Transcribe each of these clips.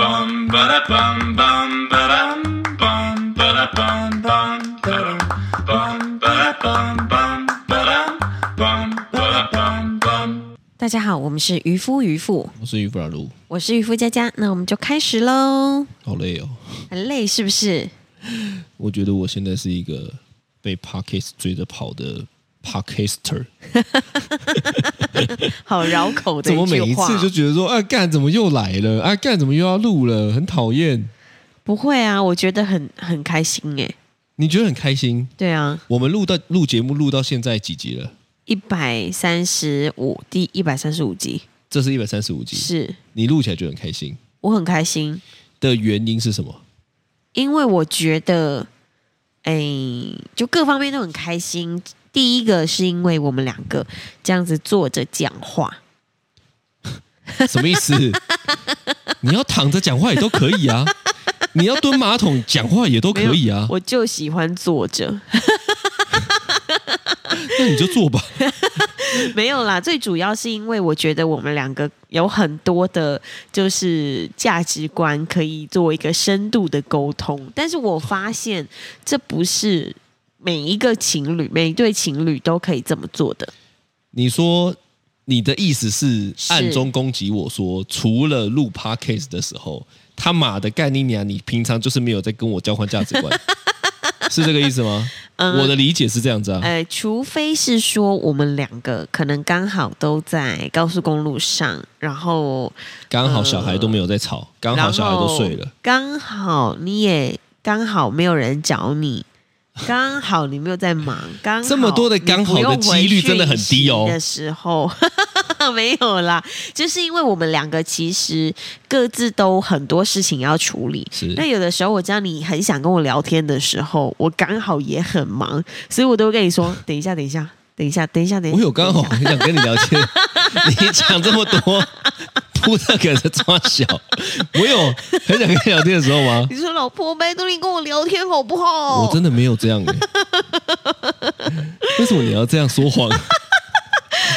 bum ba da bum bum ba dum bum ba da bum bum ba dum bum ba da bum bum ba dum bum ba da bum bum. 大家好，我们是渔夫渔妇，我是于布拉路，我是渔夫佳佳，那我们就开始喽。好累哦。很累是不是？我觉得我现在是一个被 podcast 追着跑的 podcaster，好绕口的怎么每句一话。次就觉得说，啊，干怎么又来了？啊，干怎么又要录了？很讨厌。不会啊？我觉得很很开心哎。你觉得很开心？对啊，我们录到录节目录到现在几集了？一百三十五，第一百三十五集这是一百三十五集，是你录起来就很开心我很开心，的原因是什么？因为我觉得，哎，就各方面都很开心。第一个是因为我们两个这样子坐着讲话，什么意思？ 你要躺着讲话也都可以啊，你要蹲马桶讲话也都可以啊，我就喜欢坐着。那你就做吧。 没有啦，最主要是因为我觉得我们两个有很多的，就是价值观可以做一个深度的沟通。但是我发现这不是每一个情侣、每一对情侣都可以这么做的。你说你的意思是是暗中攻击我说，除了录 podcast 的时候，他妈的干你娘！你平常就是没有在跟我交换价 值观，是这个意思吗？嗯我的理解是这样子啊。呃，除非是说我们两个可能刚好都在高速公路上，然后刚好小孩都没有在嗯吵，刚好小孩都睡了，，刚好你也刚好没有人找你，刚好你没有在忙，刚好这么多的刚好的几率真的很低你哦不用回讯息的时候 没有啦，就是因为我们两个其实各自都很多事情要处理。是那有的时候，我知道你很想跟我聊天的时候，我刚好也很忙，所以我都会跟你说：“等一下，等一下，等一下，等一下，等一下。”我有刚好 很想跟你聊天， 你讲这么多，扑特给的抓小，我有很想跟你聊天的时候吗？你说：“老婆，拜托你跟我聊天好不好？”我真的没有这样、欸，为什么你要这样说谎？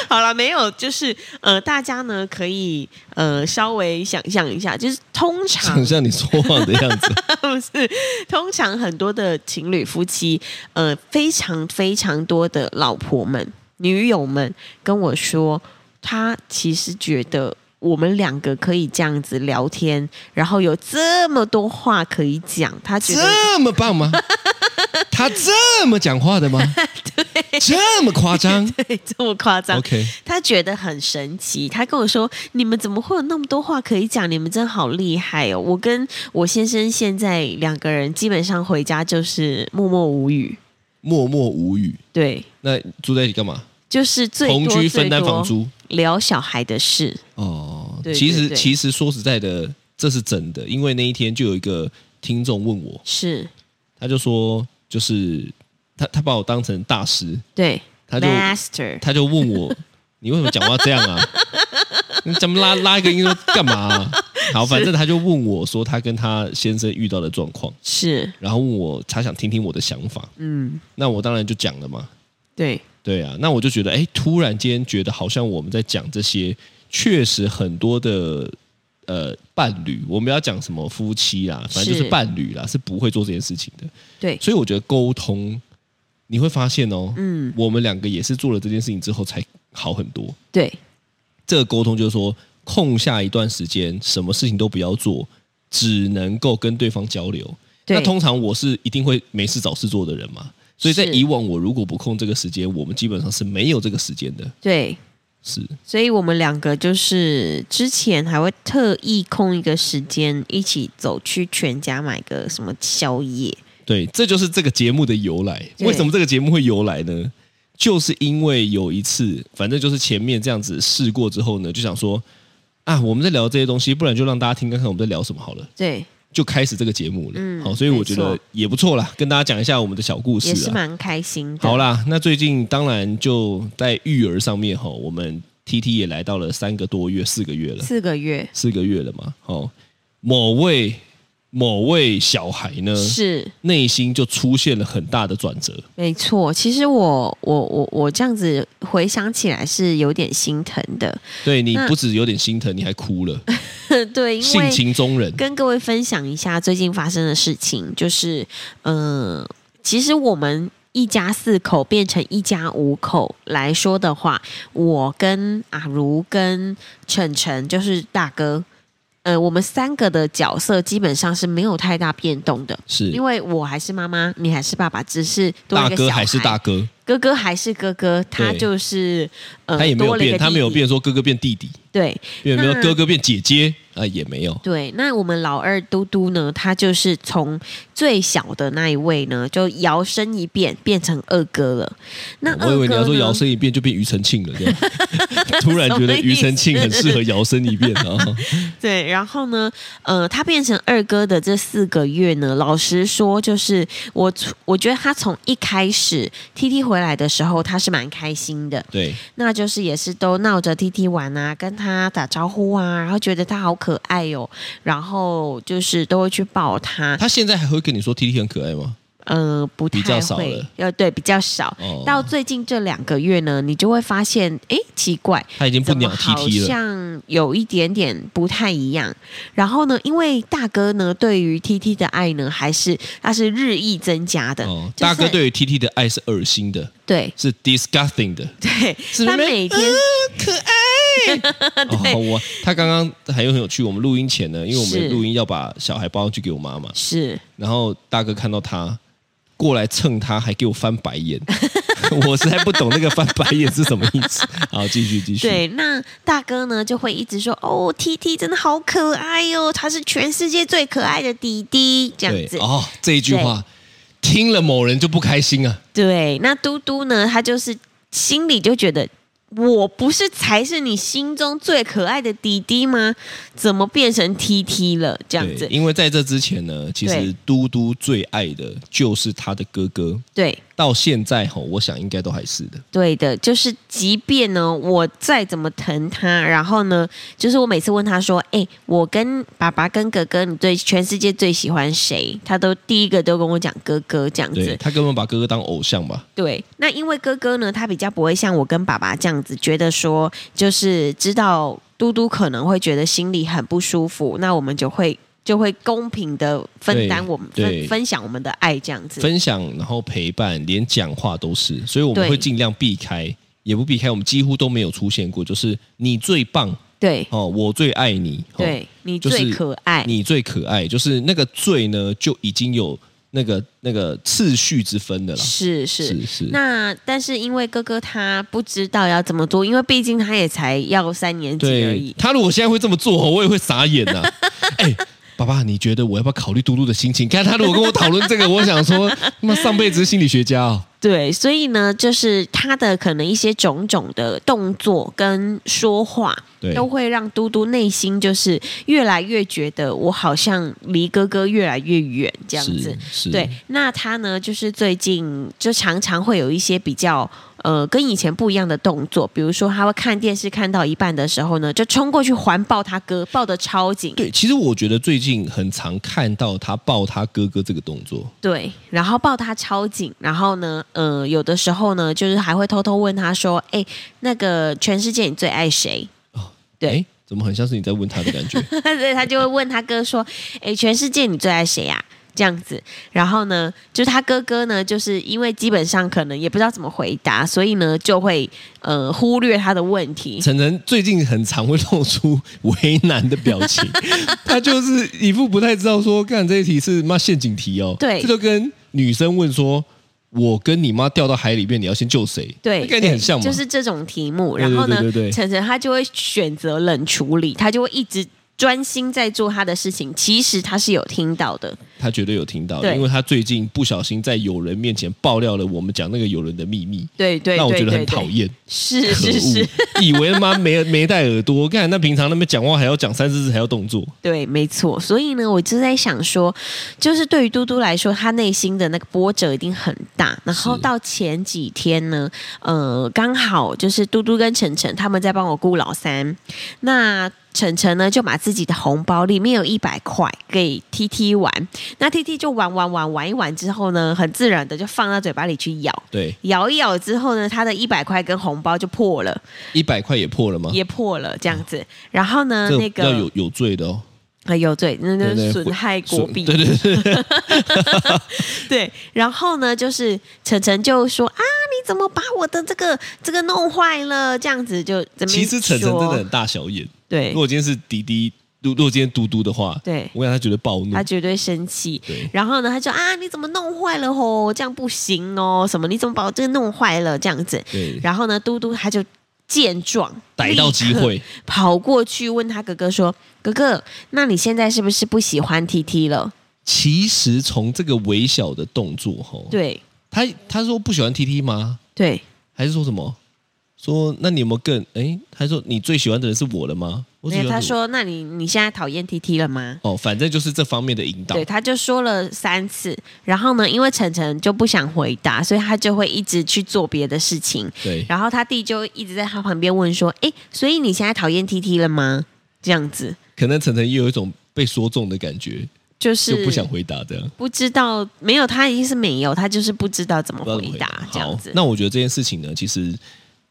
好了，没有，就是呃，大家呢可以呃稍微想象一下，就是通 常想象你说谎的样子。 不是通常很多的情侣夫妻，呃，非常非常多的老婆们、女友们跟我说，她其实觉得。我们两个可以这样子聊天，然后有这么多话可以讲，她 觉得这么 棒吗？他这么讲话的吗？这么夸张对 这么夸张。 ？OK，他觉得很神奇，他跟我说：“你们怎么会有那么多话可以讲？你们真好厉害哦！”我跟我先生现在两个人基本上回家就是默默无语，默默无语。对，那住在一起干嘛？就是最同多居分担房，租。最多聊小孩的事，哦，对其对实对其实说实在的，这是真的，因为那一天就有一个听众问我，是他就说，就是他他把我当成大师，对他就，master，他就问我，你为什么讲话这样啊？你怎么拉拉一个音说干嘛啊、好，反正他就问我说他跟他先生遇到的状况，是，然后问我他想听听我的想法，嗯，那我当然就讲了嘛。对，对啊，那我就觉得，哎，突然间觉得好像我们在讲这些，确实很多的呃伴侣，我们要讲什么夫妻啦，反正就是是伴侣啦，是不会做这件事情的。对所以我觉得沟通，你会发现哦，嗯，我们两个也是做了这件事情之后才好很多。对，这个沟通就是说，空下一段时间，什么事情都不要做，只能够跟对方交流。对那通常我是一定会没事找事做的人嘛，所以在是以往我如果不空这个时间，我们基本上是没有这个时间的。对，是，所以我们两个就是之前还会特意空一个时间一起走去全家买个什么宵夜，对，这就是这个节目的由来。对为什么这个节目会由来呢？就是因为有一次，反正就是前面这样子试过之后呢，就想说啊，我们在聊这些东西，不然就让大家听看看我们在聊什么好了，对，就开始这个节目了。嗯好，所以我没觉错得也不错啦，跟大家讲一下我们的小故事也是啊。蛮开心的。好，啦，那最近当然就在育儿上面哈，我们 T T 也来到了三个多月、四个月了，四个月，四个月了嘛。好，某位某位小孩呢，是内心就出现了很大的转折。没错。其实我我我我这样子回想起来是有点心疼的， 对你那不止有点心疼，你还哭了，对，因性为情中人。跟各位分享一下最近发生的事情，就是，呃，其实我们一家四口变成一家五口来说的话，我跟阿如跟晨晨就是大哥，呃，我们三个的角色基本上是没有太大变动的，是因为我还是妈妈，你还是爸爸，只是多了大一个小哥孩还是大，哥，哥哥还是哥哥，他对就是呃，他也没有多了一个变，他弟没有弟，变说哥哥变弟弟，对，也没有那哥哥变姐姐啊，也没有。对，那我们老二嘟嘟呢，他就是从最小的那一位呢，就摇身一变变成二哥了。那二哥哦我以为你要说呢摇身一变就变庾澄庆了，这样突然觉得庾澄庆很适合摇身一变啊。对，然后呢，呃，他变成二哥的这四个月呢，老实说，就是我我觉得他从一开始 T T 回来的时候，他是蛮开心的，对，那就是也是都闹着 T T 玩啊，跟他打招呼啊，然后觉得他好可爱哟、然后就是都会去抱他，他现在还会跟你说 T T 很可爱吗？呃，不太比会，较少了呃，对，比较少。哦到最近这两个月呢，你就会发现，哎，奇怪，他已经不怎么鸟 T 好 T 了。像有一点点不太一样。然后呢，因为大哥呢，对于 T T 的爱呢，还是他是日益增加的。哦，就是大哥对于 T T 的爱是恶心的，对是 disgusting 的，对，是他没每天、可爱。哦，我他刚刚还有很有趣。我们录音前呢，因为我是们录音要把小孩抱上去给我妈妈，是然后大哥看到他过来蹭他，还给我翻白眼。 我实在不懂那个翻白眼是什么意思。好，继续继续。对，那大哥呢就会一直说哦，T T 真的好可爱哦，他是全世界最可爱的弟弟，这样对子。哦，这一句对话听了某人就不开心啊。对，那嘟嘟呢，他就是心里就觉得。我不是才是你心中最可爱的弟弟吗？怎么变成 T T 了？这样子对，，因为在这之前呢，其实对嘟嘟最爱的就是他的哥哥，对到现在吼，我想应该都还是的。对的，就是即便呢，我再怎么疼他，然后呢，就是我每次问他说：“哎、我跟爸爸跟哥哥，你对全世界最喜欢谁？”他都第一个都跟我讲哥哥这样子对。他根本把哥哥当偶像吧？对，那因为哥哥呢，他比较不会像我跟爸爸这样子，觉得说就是知道嘟嘟可能会觉得心里很不舒服，那我们就会就会公平的分担对我们对分分享我们的爱这样子。分享，然后陪伴，连讲话都是，所以我们对会尽量避开，也不避开，我们几乎都没有出现过，就是你最棒对哦，我最爱你，哦、对，你就是最可爱，你最可爱，就是那个最呢就已经有那个那个次序之分的啦。是是。是是，那但是因为哥哥他不知道要怎么做，因为毕竟他也才要三年级而对已。他如果现在会这么做，我也会傻眼呐、 哎、爸爸，你觉得我要不要考虑嘟嘟的心情？看他如果跟我讨论这个，我想说， 那上辈子是心理学家哦。对，所以呢，就是他的可能一些种种的动作跟说话，对，都会让嘟嘟内心就是越来越觉得我好像离哥哥越来越远这样子。是，是对，那他呢，就是最近就常常会有一些比较呃跟以前不一样的动作，比如说他会看电视看到一半的时候呢，就冲过去环抱他哥，抱得超紧，对。其实我觉得最近很常看到他抱他哥哥这个动作，对，然后抱他超紧，然后呢，呃，有的时候呢，就是还会偷偷问他说，哎，那个全世界你最爱谁？对哎，怎么很像是你在问他的感觉？ 所以他就会问他哥说：“诶，全世界你最爱谁呀、啊这样子，然后呢，就是他哥哥呢，就是因为基本上可能也不知道怎么回答，所以呢就会呃忽略他的问题。晨晨最近很常会露出为难的表 情，他就是一副不太知道说，干这一题是妈陷阱题哦。对这就跟女生问说，我跟你妈掉到海里面，你要先救谁？哎对，那概念很像嘛。就是这种题目。对然对后呢对对对，晨晨他就会选择冷处理，他就会一直专心在做他的事情。其实他是有听到的，他绝对有听到，对因为他最近不小心在友人面前爆料了我们讲那个友人的秘密，对对让我对觉得对很讨对，厌，是可 是恶是，， 以为他妈没没戴耳朵，看那平常那边讲话还要讲三四次，还要动作，对，没错。所以呢，我就在想说，就是对于嘟嘟来说，他内心的那个波折一定很大。然后是到前几天呢，呃，刚好就是嘟嘟跟晨晨他们在帮我顾老三，那晨晨呢就把自己的红包里面有一百块给 T T 玩，那 T T 就玩玩玩玩一玩之后呢，很自然的就放到嘴巴里去咬，对，咬一咬之后呢，他的一百块跟红包就破了，一百块也破了吗？也破了这样子。然后呢，这那要个有有罪的哦，哎呦对，那对那对损害国损币，对对对， 对，然后呢，就是晨晨就说啊，你怎么把我的这个这个弄坏了？这样子就怎么其实晨晨真的说很大小眼。对如果今天是迪迪，如如果今天嘟嘟的话，对，我想他绝对暴怒。他绝对生气。对，然后呢，他就啊，你怎么弄坏了吼？这样不行哦，什么？你怎么把我这个弄坏了？这样子。对，然后呢，嘟嘟他就见状逮到机，立刻会，跑过去问他哥哥说：“哥哥，那你现在是不是不喜欢 T T 了其实从这个微小的动作吼？”，对他他说不喜欢 TT 吗？对还是说什么？说那你有没有更？哎，他说你最喜欢的人是我了吗？我只喜那欢他你说：“那你你现在讨厌 T T 了吗？”哦，反正就是这方面的引导对，。他就说了三次，然后呢，因为晨晨就不想回答，所以他就会一直去做别的事情。对，然后他弟就一直在他旁边问说：“诶，所以你现在讨厌 T T 了吗？”这样子可能晨晨也有一种被说中的感觉，就是就不想回答这样。不知道，没有他一定是没有，他就是不知道怎么不知道怎回么回答这样好子。，那我觉得这件事情呢，其实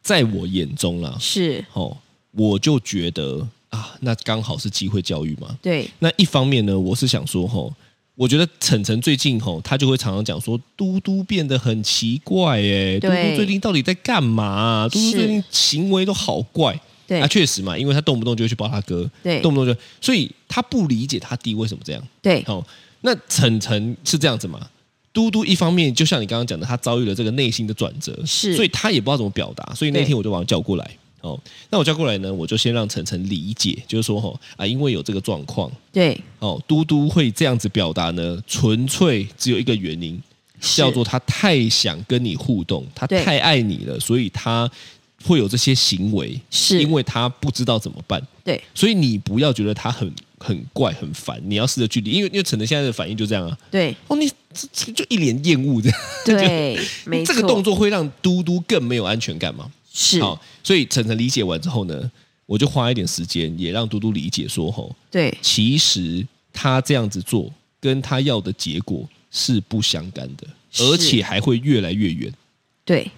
在我眼中啦，是哦，我就觉得啊，那刚好是机会教育嘛。对那一方面呢，我是想说吼、我觉得晨晨最近吼、他就会常常讲说，嘟嘟变得很奇怪哎，嘟对嘟最近到底在干嘛、啊？嘟嘟是最近行为都好怪。对、啊，确实嘛，因为他动不动就会去抱他哥，对动不动就，所以他不理解他弟为什么这样。对好、那晨晨是这样子嘛？嘟嘟一方面就像你刚刚讲的，他遭遇了这个内心的转折，是所以他也不知道怎么表达，所以那对天我就把他叫过来。哦，那我叫过来呢，我就先让晨晨理解，就是说，哦啊，因为有这个状况，对，哦，嘟嘟会这样子表达呢，纯粹只有一个原因，是叫做他太想跟你互动，他对太爱你了，所以他会有这些行为，是因为他不知道怎么办。对所以你不要觉得他很很怪很烦，你要试着去理，因为因为晨晨现在的反应就这样啊，对哦，你这这就一脸厌恶这样，对，没这错，个动作会让嘟嘟更没有安全感嘛。是好，所以晨晨理解完之后呢，我就花一点时间，也让嘟嘟理解说，吼，对其实他这样子做跟他要的结果是不相干的，是而且还会越来越远。对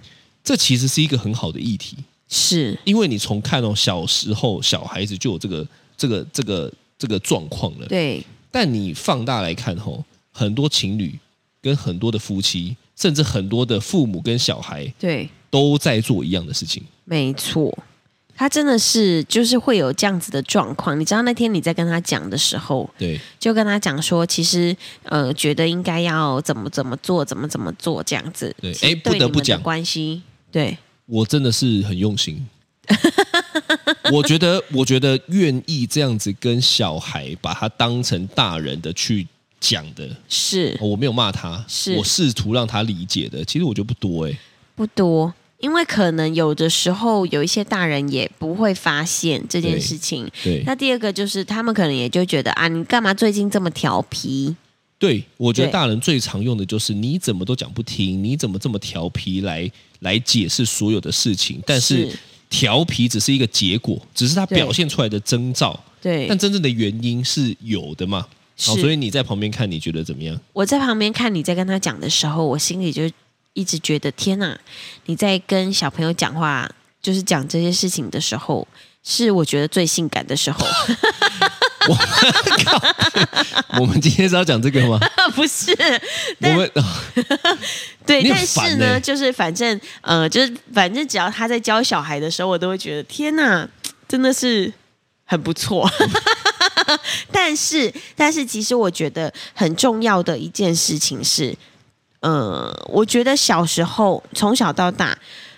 这其实是一个很好的议题，是，因为你从看哦，小时候小孩子就有这个这个这个这个状况了。对但你放大来看吼、很多情侣跟很多的夫妻，甚至很多的父母跟小孩对。都在做一样的事情。没错，他真的是就是会有这样子的状况。你知道那天你在跟他讲的时候，对就跟他讲说，其实呃，觉得应该要怎么怎么做，怎么怎么做这样子。对其实哎不你得不们的讲关系，对我真的是很用心。 我觉得，我觉得愿意这样子跟小孩把他当成大人的去讲的，是哦我没有骂他，是我试图让他理解的。其实我觉得不多哎、不多。因为可能有的时候有一些大人也不会发现这件对事情。对那第二个就是他们可能也就觉得啊，你干嘛最近这么调皮？对，我觉得对大人最常用的就是你怎么都讲不听，你怎么这么调皮来来解释所有的事情，但是调皮只是一个结果，只是它对表现出来的征兆，对，但真正的原因是有的嘛。好，是所以你在旁边看，你觉得怎么样？我在旁边看你在跟他讲的时候，我心里就一直觉得天呐，你在跟小朋友讲话，就是讲这些事情的时候，是我觉得最性感的时候，我们今天是要讲这个吗？ 不是？我们 对，你但很烦是呢，欸就是反正呃，就是反正只要他在教小孩的时候，我都会觉得天呐，真的是很不错。 但是，但是，其实我觉得很重要的一件事情是，呃，我觉得小时候从小到大，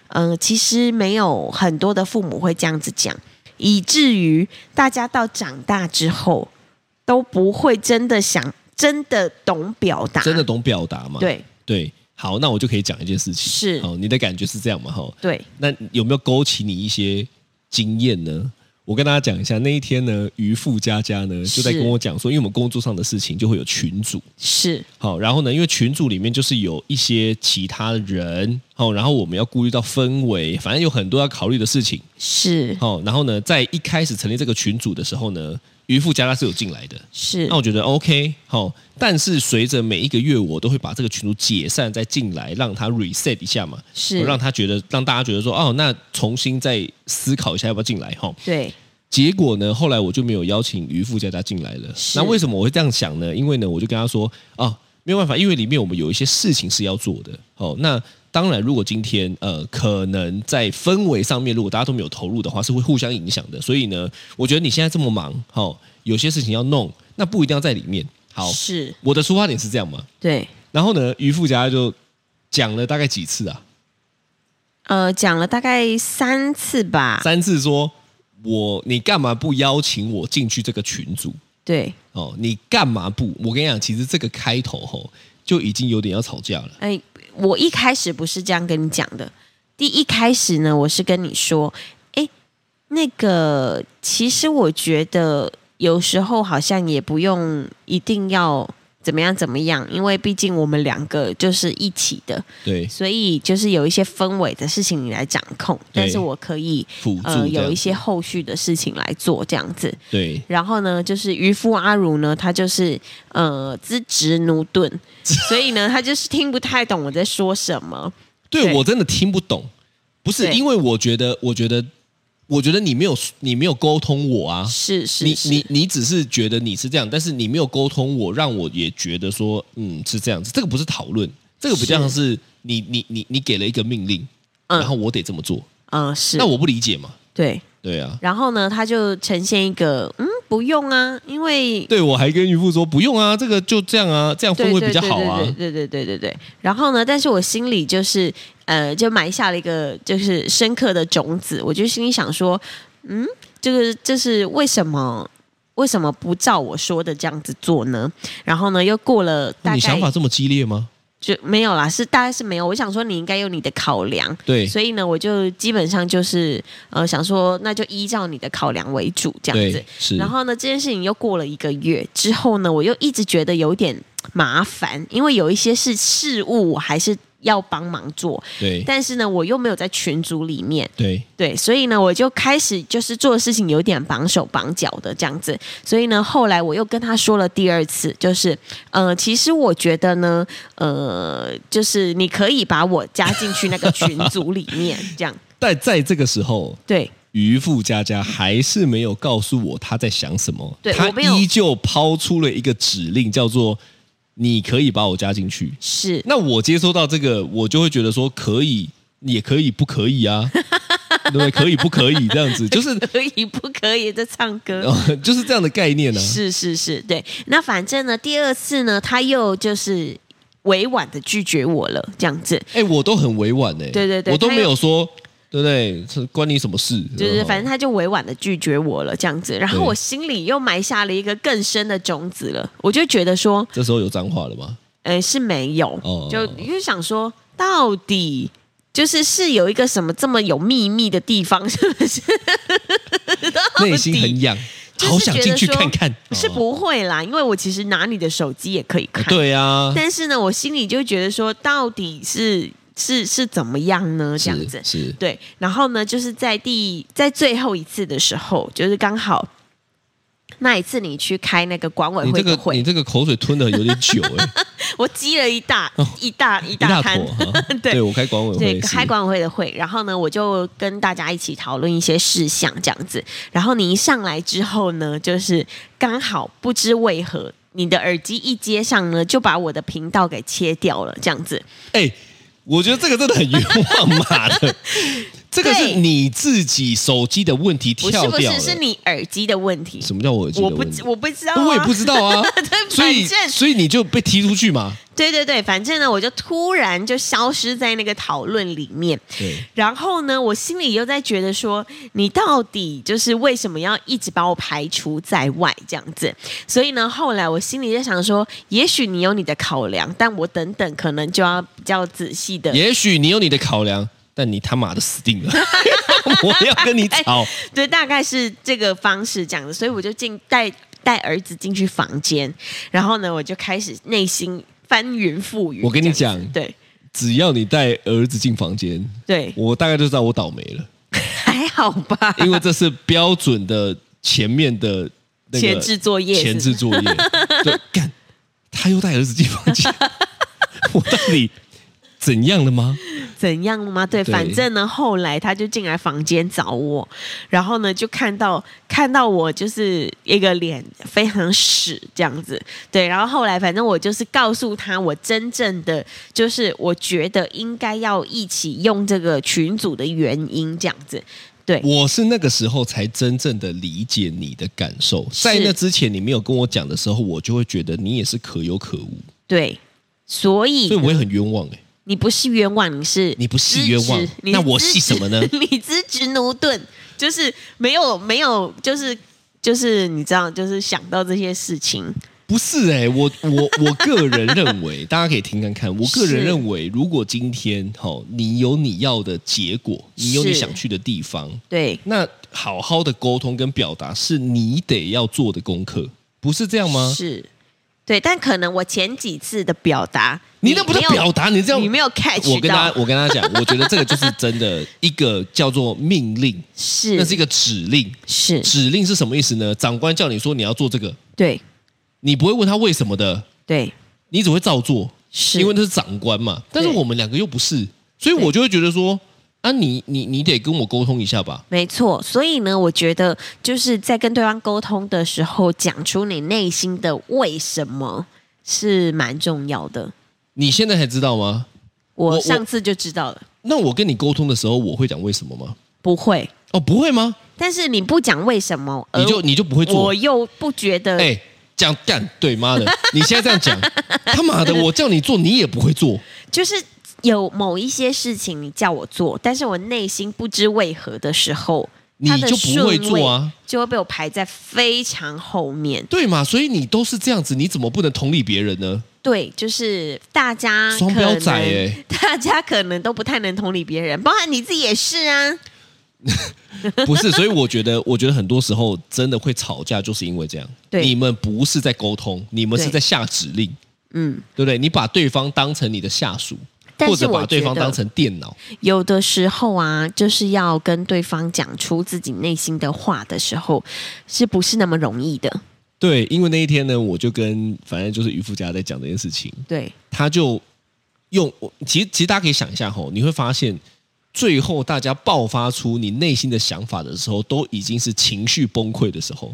嗯、其实没有很多的父母会这样子讲，以至于大家到长大之后都不会真的想真的懂表达，真的懂表达吗？对对，好，那我就可以讲一件事情。是好，你的感觉是这样嘛？哈，对那有没有勾起你一些经验呢？我跟大家讲一下，那一天呢，渔夫佳佳呢是就在跟我讲说，因为我们工作上的事情就会有群组，是好，然后呢，因为群组里面就是有一些其他人，好，然后我们要顾虑到氛围，反正有很多要考虑的事情，是好，然后呢，在一开始成立这个群组的时候呢，渔夫佳佳是有进来的，是那我觉得 OK 好，但是随着每一个月，我都会把这个群组解散再进来，让他 reset 一下嘛，是，让他觉得让大家觉得说哦，那重新再思考一下要不要进来哈。对结果呢，后来我就没有邀请渔夫佳佳进来了。是那为什么我会这样想呢？因为呢，我就跟他说啊，没有办法，因为里面我们有一些事情是要做的。哦，那当然，如果今天呃，可能在氛围上面，如果大家都没有投入的话，是会互相影响的。所以呢，我觉得你现在这么忙，哦，有些事情要弄，那不一定要在里面。好，是，我的出发点是这样嘛。对然后呢，渔夫佳佳就讲了大概几次啊？呃，讲了大概三次吧，三次说，我你干嘛不邀请我进去这个群组？对，哦，你干嘛不？我跟你讲，其实这个开头吼、就已经有点要吵架了。哎，我一开始不是这样跟你讲的。第一开始呢，我是跟你说，哎，那个，其实我觉得有时候好像也不用一定要怎么样怎么样，因为毕竟我们两个就是一起的，对，所以就是有一些氛围的事情你来掌控，但是对我可以辅助、呃有一些，后续的事情来做这样子。对，然后呢，就是渔夫阿如呢，他就是呃资质驽 钝，所以呢，他就是听不太懂我在说什么。对对我真的听不懂。不是对因为我觉得，我觉得，我觉得你没有你没有沟通我啊。是是你是，你你只是觉得你是这样，但是你没有沟通我，让我也觉得说，嗯，是这样子。这个不是讨论，这个比较像是你你你你给了一个命令，嗯然后我得这么做，嗯、是那我不理解嘛？对。对啊，然后呢，他就呈现一个嗯不用啊，因为对我还跟渔夫说不用啊，这个就这样啊，这样氛对围对比较对好啊。对对对对对对。然后呢，但是我心里就是呃就埋下了一个就是深刻的种子，我就心里想说，嗯，这个这是为什么？为什么不照我说的这样子做呢？然后呢，又过了大概你想法这么激烈吗？就没有啦，是大概是没有。我想说你应该有你的考量，对所以呢，我就基本上就是呃想说，那就依照你的考量为主这样子对。是，然后呢，这件事情又过了一个月之后呢，我又一直觉得有点麻烦，因为有一些事事物我还是要帮忙做，对但是呢，我又没有在群组里面，对对，所以呢，我就开始就是做事情有点绑手绑脚的这样子。所以呢，后来我又跟他说了第二次，就是呃，其实我觉得呢，呃，就是你可以把我加进去那个群组里面，这样但在这个时候，对渔夫佳佳还是没有告诉我他在想什么，对他我没有依旧抛出了一个指令，叫做“你可以把我加进去”。 是那我接收到这个，我就会觉得说可以，也可以，不可以啊？ 对不对？可以不可以这样 子，就是、可以不可以在唱歌？哦就是这样的概念呢、啊。是是是，对。那反正呢，第二次呢，他又就是委婉的拒绝我了，这样子。哎，我都很委婉哎、对对对我都他没有有说，对不对？这关你什么事？就是哦反正他就委婉的拒绝我了，这样子，然后对我心里又埋下了一个更深的种子了，我就觉得说，这时候有脏话了吗？呃，是没有，哦就就想说，到底就是是有一个什么这么有秘密的地方， 是不是？ 内心很痒， 就是好想进去看看。是不会啦，因为我其实拿你的手机也可以哦看，对啊，但是呢，我心里就觉得说，到底是是是怎么样呢？这样子是，是，对，然后呢，就是在第在最后一次的时候，就是刚好那一次你去开那个管委你会这的个会，你这个口水吞的有点久哎、 我积了一大、一大一哦一大大坨摊。哈。 对对我开管委对，会是，开管委会的会，然后呢，我就跟大家一起讨论一些事项这样子。然后你一上来之后呢，就是刚好不知为何，你的耳机一接上呢，就把我的频道给切掉了，这样子。哎、我觉得这个真的很冤枉嘛 的。这个是对你自己手机的问题不跳是不掉是了。是你耳机的问题，什么叫我耳机我的不问题？我不知道、啊，我也不知道啊 对，所以反正所以你就被踢出去嘛。对对对，反正呢，我就突然就消失在那个讨论里面。对，然后呢，我心里又在觉得说，你到底就是为什么要一直把我排除在外这样子？所以呢，后来我心里在想说，也许你有你的考量，但我等等可能就要比较仔细的。也许你有你的考量，但你他妈的死 定了， 我要跟你吵。对，大概是这个方式讲的，所以我就进带带儿子进去房间，然后呢，我就开始内心翻云覆雨。我跟你这样子讲对只要你带儿子进房间，对，我大概就知道我倒霉了， 还好吧？因为这是标准的前面的那个前置作业是前置 作业，对，干，他又带儿子进房间， 我到底怎样了吗？怎样了吗？对，对反正呢，后来他就进来房间找我，然后呢，就看到看到我就是一个脸非常屎这样子，对，然后后来反正我就是告诉他，我真正的就是我觉得应该要一起用这个群组的原因这样子，对，我是那个时候才真正的理解你的感受，在那之前你没有跟我讲的时候，我就会觉得你也是可有可无，对，所以所以我也很冤枉哎、你不是冤枉，你是你不是冤枉资质你那我资质系什么呢 你资质奴钝，就是没有没有，就是就是你知道，就是想到这些事情，不是哎、我我 我个人认为，大家可以听看看。我个人认为，如果今天好，你有你要的结果，你有你是想去的地方，对，那好好的沟通跟表达是你得要做的功课，不是这样吗？是，对，但可能我前几次的表达，你那不是没有表达，你这样你没有 catch 到，我跟大家我跟大家讲，我觉得这个就是真的一个叫做命令，是那是一个指令。是指令是什么意思呢？长官叫你说你要做这个，对你不会问他为什么的，对你只会照做。是，因为他是长官嘛。但是我们两个又不是，所以我就会觉得说，啊，你你你得跟我沟通一下吧。没错，所以呢，我觉得就是在跟对方沟通的时候，讲出你内心的为什么是蛮重要的。你现在才知道吗？我我我上次就知道了，那我跟你沟通的时候，我会讲为什么吗？不会。哦，不会吗？但是你不讲为什么，而你就你就不会做呃我？又不觉得，哎，讲干对妈的！你现在这样讲， 他妈的，我叫你做你也不会做，就是有某一些事情你叫我做，但是我内心不知为何的时候，你它的就不会顺位做啊，就会被我排在非常后面。对嘛？所以你都是这样子，你怎么不能同理别人呢？对，就是大家双标仔可能哎 大家可能都不太能同理别人，包含你自己也是啊。 不是，所以我觉得，我觉得很多时候真的会吵架，就是因为这样。对你们不是在沟通，你们是对在下指令。嗯，对不对？你把对方当成你的下属，但或是者我把对觉方得当成电脑。有的时候啊，就是要跟对方讲出自己内心的话的时候，是不是那么容易的？对，因为那一天呢，我就跟反正就是渔夫家在讲这件事情，对，他就用我其实其实大家可以想一下吼，你会发现最后大家爆发出你内心的想法的时候，都已经是情绪崩溃的时候，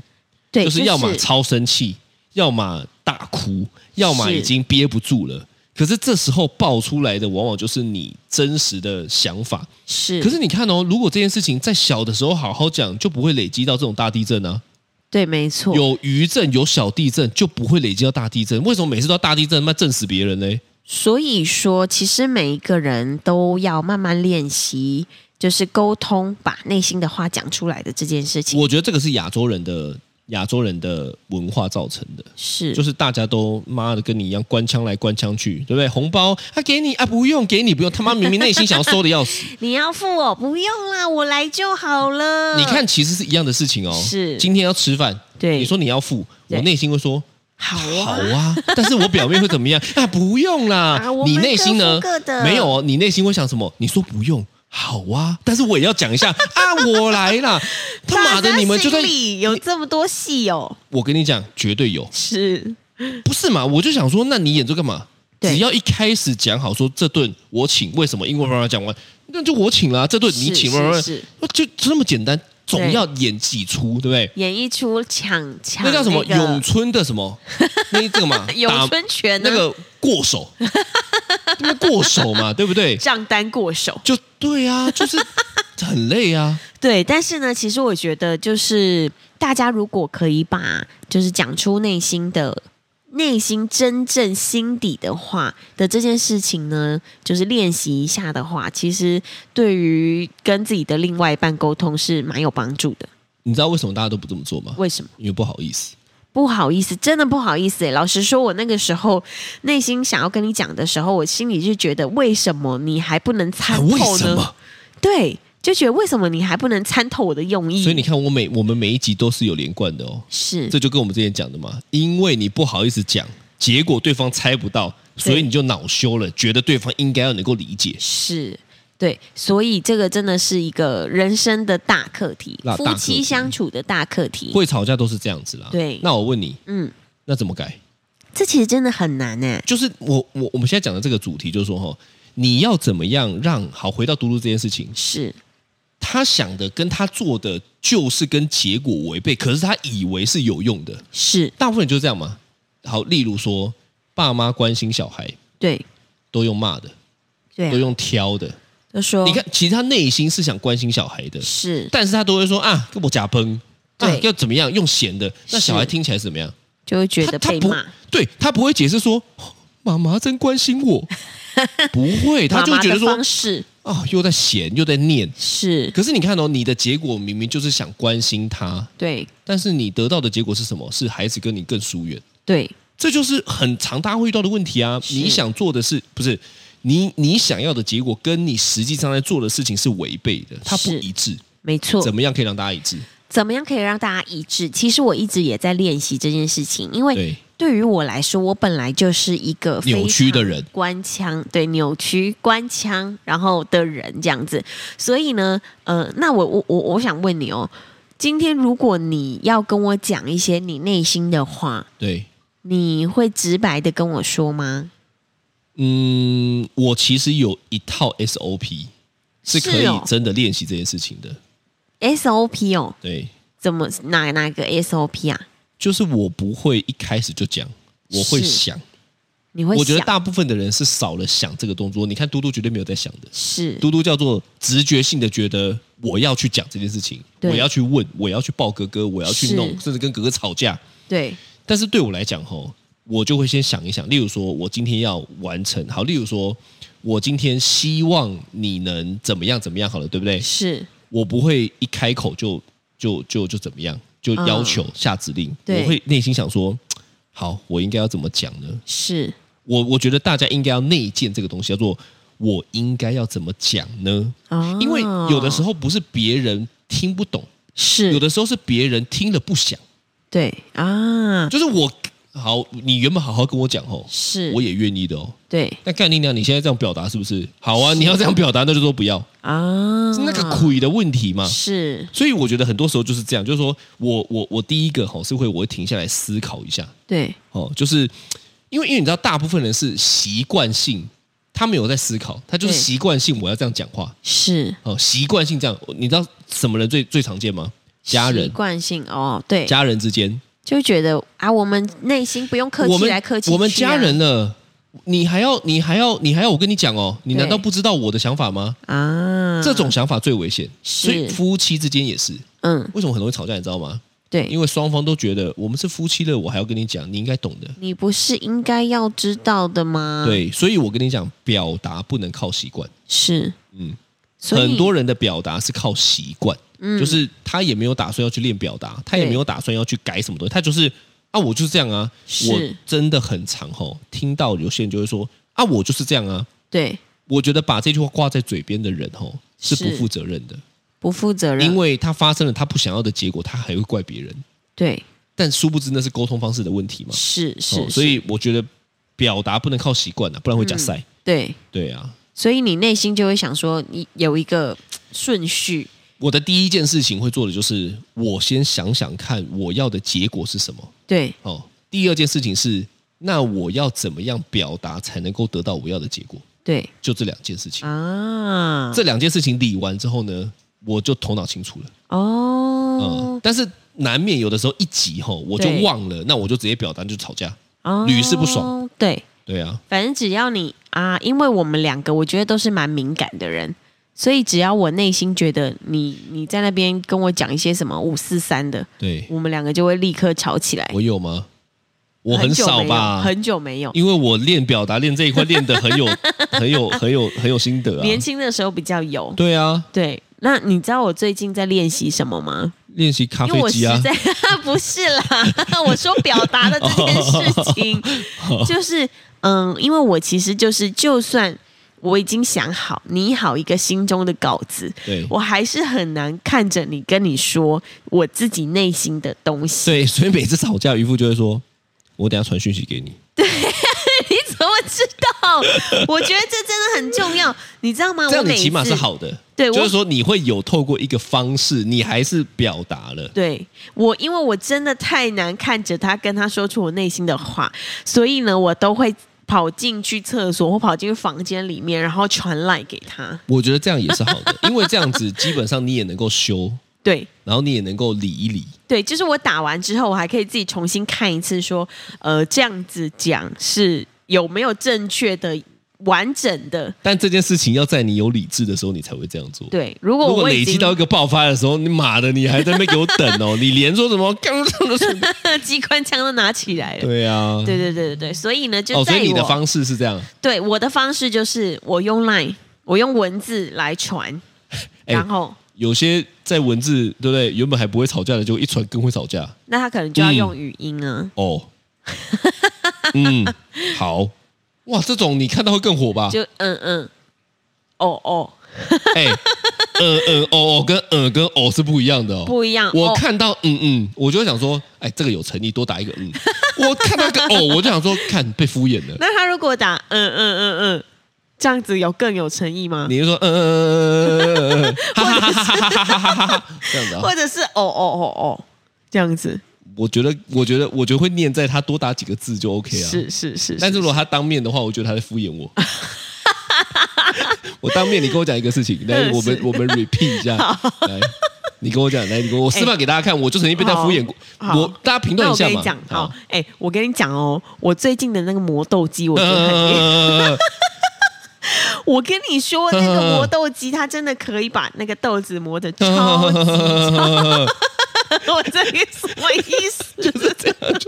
对，就是要么是超生气，要么大哭，要么是已经憋不住了。可是这时候爆出来的，往往就是你真实的想法。是，可是你看哦，如果这件事情在小的时候好好讲，就不会累积到这种大地震啊。对，没错，有余震，有小地震，就不会累积到大地震。为什么每次都要大地震，那震死别人呢？所以说，其实每一个人都要慢慢练习，就是沟通，把内心的话讲出来的这件事情。我觉得这个是亚洲人的亚洲人的文化造成的，是，就是大家都妈的跟你一样官腔来官腔去，对不对？红包他、啊给你啊，不用给你不用，他妈明明内心想要收的要死。你要付我，不用啦，我来就好了。你，看，其实是一样的事情哦。是今天要吃饭，对你说你要付，对我内心会说好好啊，啊，但是我表面会怎么样 啊？不用啦，啊我们你内心呢各付各的没有哦，你内心会想什么？你说不用。好啊， 但是我也要讲一下啊，我来 啦！他妈的，大家你们就在心里有这么多戏哦，我跟你讲，绝对有，是不是嘛？我就想说，那你演这干嘛？对只要一开始讲好说这顿我请，为什么？因为妈妈讲完，那就我请啦，这顿你是请，是妈妈是就就这么简单，总对要演几出，对不对？演一出抢抢那叫什么个，咏春的什么？那这个嘛咏打春拳呢那个过 手，那个过手嘛，对不对？账单过手。就对啊，就是很累啊。对，但是呢，其实我觉得就是大家如果可以把就是讲出内心的。内心真正心底的话的这件事情呢，就是练习一下的话，其实对于跟自己的另外一半沟通是蛮有帮助的。你知道为什么大家都不这么做吗？为什么？因为不好意思。不好意思，真的不好意思、欸。老实说，我那个时候内心想要跟你讲的时候，我心里就觉得，为什么你还不能参啊为透什呢？么？对，就觉得为什么你还不能参透我的用意？所以你看，我每我们每一集都是有连贯的哦。是这就跟我们之前讲的嘛，因为你不好意思讲，结果对方猜不到，所以你就恼羞了，觉得对方应该要能够理解。是，对，所以这个真的是一个人生的大课题，那大夫课妻题相处的大课题。会吵架都是这样子啦。对那我问你，嗯，那怎么改？这其实真的很难哎、就是我我我们现在讲的这个主题，就是说哈，你要怎么样让好回到嘟嘟这件事情，是他想的跟他做的就是跟结果违背，可是他以为是有用的，是，大部分人就是这样嘛。好，例如说，爸妈关心小孩对都用骂的，对、都啊，哦用挑的。就说你看，其实他内心是想关心小孩的，是但是他都会说啊，给我假崩，啊对，要怎么样用闲的，那小孩是听起来是怎么样？就会觉他得他被不骂，对他不会解释说哦妈妈真关心 我，不会，他就妈会妈觉得的说方式啊、又在闲又在念。是可是你看哦，你的结果明明就是想关心他，对但是你得到的结果是什么？是孩子跟你更疏远，对这就是很常大家会遇到的问题啊！是你想做的事不是你你想要的结果，跟你实际上在做的事情是违背的，它不是一致。没错，怎么样可以让大家一致？怎么样可以让大家一致？其实我一直也在练习这件事情，因为对，对于我来说，我本来就是一个非常扭曲的人官腔，对扭曲官腔，然后的人这样子。所以呢，呃，那我我我我想问你哦，今天如果你要跟我讲一些你内心的话，对，你会直白的跟我说吗？嗯，我其实有一套 SOP 是可以是哦真的练习这件事情的。 SOP 哦，对，怎么哪哪个 SOP 啊？就是我不会一开始就讲，我会是想。你会我觉得想大部分的人是少了想这个动作。你看嘟嘟绝对没有在想的，是嘟嘟叫做直觉性的觉得我要去讲这件事情，对我要去问，我要去抱哥哥，我要去弄，是甚至跟哥哥吵架。对但是对我来讲，吼，我就会先想一想，例如说，我今天要完成好，例如说，我今天希望你能怎么样怎么样好了，对不对？是我不会一开口就就就就怎么样，就嗯要求、下指令，对我会内心想说，好，我应该要怎么讲呢？是我我觉得大家应该要内建这个东西，叫做我应该要怎么讲呢？哦，因为有的时候不是别人听不懂，是有的时候是别人听了不想。对啊，就是我好，你原本好好跟我讲哦，是我也愿意的哦。对但干你娘，你现在这样表达是不是好啊？你要这样表达，那就说不要，啊，是那个亏的问题嘛。是所以我觉得很多时候就是这样，就是说我我我第一个吼是会我会停下来思考一下对哦，就是因为因为你知道大部分人是习惯性，他没有在思考，他就是对习惯性我要这样讲话是哦，习惯性这样，你知道什么人最最常见吗？家人习，惯性哦，对，家人之间，就觉得啊，我们内心不用客我气们来客气去啊，我们家人呢，你还要你还要你还要我跟你讲哦，你难道对不知道我的想法吗？啊，这种想法最危险，所以是夫妻之间也是。嗯，为什么很容易吵架？你知道吗？对，因为双方都觉得我们是夫妻了，我还要跟你讲，你应该懂的。你不是应该要知道的吗？，对，所以我跟你讲，表达不能靠习惯。是嗯，所以很多人的表达是靠习惯，嗯就是他也没有打算要去练表达，他也对没有打算要去改什么东西，他就是啊，我就是这样啊。是我真的很常吼，听到有些人就会说啊，我就是这样啊。对我觉得把这句话挂在嘴边的人吼是是啊不负责任的，不负责任，因为他发生了他不想要的结果，他还会怪别人。对但殊不知那是沟通方式的问题嘛。是是，哦所是以我觉得表达不能靠习惯啊，不然会假赛。嗯对，对啊，所以你内心就会想说，你有一个顺序，我的第一件事情会做的就是，我先想想看我要的结果是什么。对哦，第二件事情是，那我要怎么样表达才能够得到我要的结果？对就这两件事嗯情，啊，这两件事情理完之后呢，我就头脑清楚了。哦嗯，但是难免有的时候一急吼，我就对忘了，那我就直接表达就吵架。哦，屡试不爽，对。对啊，反正只要你啊，因为我们两个我觉得都是蛮敏感的人，所以只要我内心觉得你你在那边跟我讲一些什么五四三的，对我们两个就会立刻吵起来。我有吗？我很很久少没有吧，很久没有，因为我练表达练这一块练得 很有很有很有很有心得啊。年轻的时候比较有。对啊，对，那你知道我最近在练习什么吗？练习咖因为啡我实机啊，在 不是啦，我说表达的哦 这件事情，就是嗯，因为我其实就是就算我已经想好拟好一个心中的稿子，对我还是很难看着你跟你说我自己内心的东西。对，所以每次吵架，渔夫就会说：“我等一下传讯息给你。 你怎么知道？我觉得这真的很重要，你知道吗？”这我样每你次起码是好的。对我就是说你会有透过一个方式，你还是表达了。对我，因为我真的太难看着他跟他说出我内心的话，所以呢，我都会跑进去厕所或跑进去房间里面，然后传赖给他。我觉得这样也是好的，因为这样子基本上你也能够修，对然后你也能够理一理。对，就是我打完之后，我还可以自己重新看一次说，呃，这样子讲是有没有正确的、完整的。但这件事情要在你有理智的时候，你才会这样做。对，如果如果我已累积经到一个爆发的时候，你妈的，你还在那边给我等哦，你连说什么刚刚的事，机关枪都拿起来了。对啊，对对对对对，所以呢，就哦，所在以你的我方式是这样，对我的方式就是我用 Line，我用文字来传， 哎然后有些在文字对不对，原本还不会吵架的，就一传更会吵架那他可能就要嗯用语音啊。哦。嗯，好，哇，这种你看到会更火吧？就嗯嗯，哦哦，哎，嗯嗯哦哦跟嗯跟哦是不一样的哦，不一样我哦看到嗯嗯，我就会想说，哎，这个有诚意，多打一个嗯。我看到一个哦，我就想说，看被敷衍了。那他如果打嗯嗯嗯嗯，这样子有更有诚意吗？你就说嗯嗯嗯嗯嗯嗯，哈哈哈哈哈哈哈哈，这样子啊或。者是哦哦哦哦，这样子我觉得，我觉得，我觉得会念在他多打几个字就 OK 啊。是是是，但是如果他当面的话，我觉得他在敷衍我。 我当面你跟我讲一 个事情，来，嗯我们是我们 repeat 一下，来，你跟我讲，来，你跟我我示范给大家看，我就曾经被他敷衍过，哎好我大家评那论一我下跟你嘛啊讲，，好，哎、我跟你讲哦，我最近的那个磨豆机，我觉得很 厉害。呃，我跟你说，那嗯嗯嗯个磨豆机，它真的可以把那个豆子磨的超级 长。我这个什么意思？就是这样，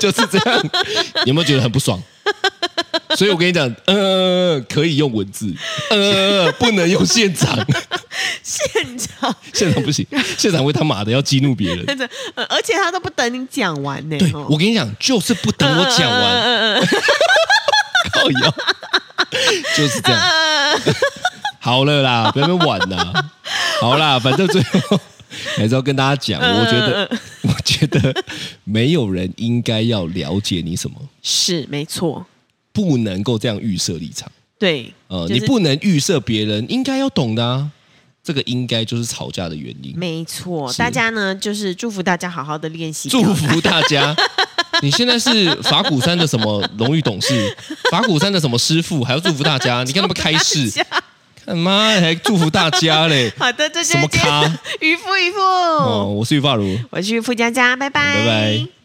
就是这样，有没有觉得很不爽？所以我跟你讲，呃，可以用文字，呃，不能用现场， 现场现场不行，现场会他妈的要激怒别人。真的，呃而且他都不等你讲完呢。对哦我跟你讲，就是不等我讲完，嗯嗯嗯嗯靠 腰，就是这样。嗯嗯 好了啦，不要那么晚啦。好啦，反正最后还是要跟大家讲，嗯我觉得， 我觉得没有人应该要了解你什么，是没错，不能够这样预设立场。对，呃，就是你不能预设别人应该要懂的啊。这个应该就是吵架的原因。没错。是大家呢，就是祝福大家好好的练习，祝福大 家。你现在是法鼓山的什么荣誉董事，法鼓山的什么师傅，还要祝福大家。你看他们开 市，看妈还祝福大家嘞。好的，这就什是么今天咖的渔夫渔夫，哦，我是玉发如。嗯我是付佳佳，拜拜，拜拜。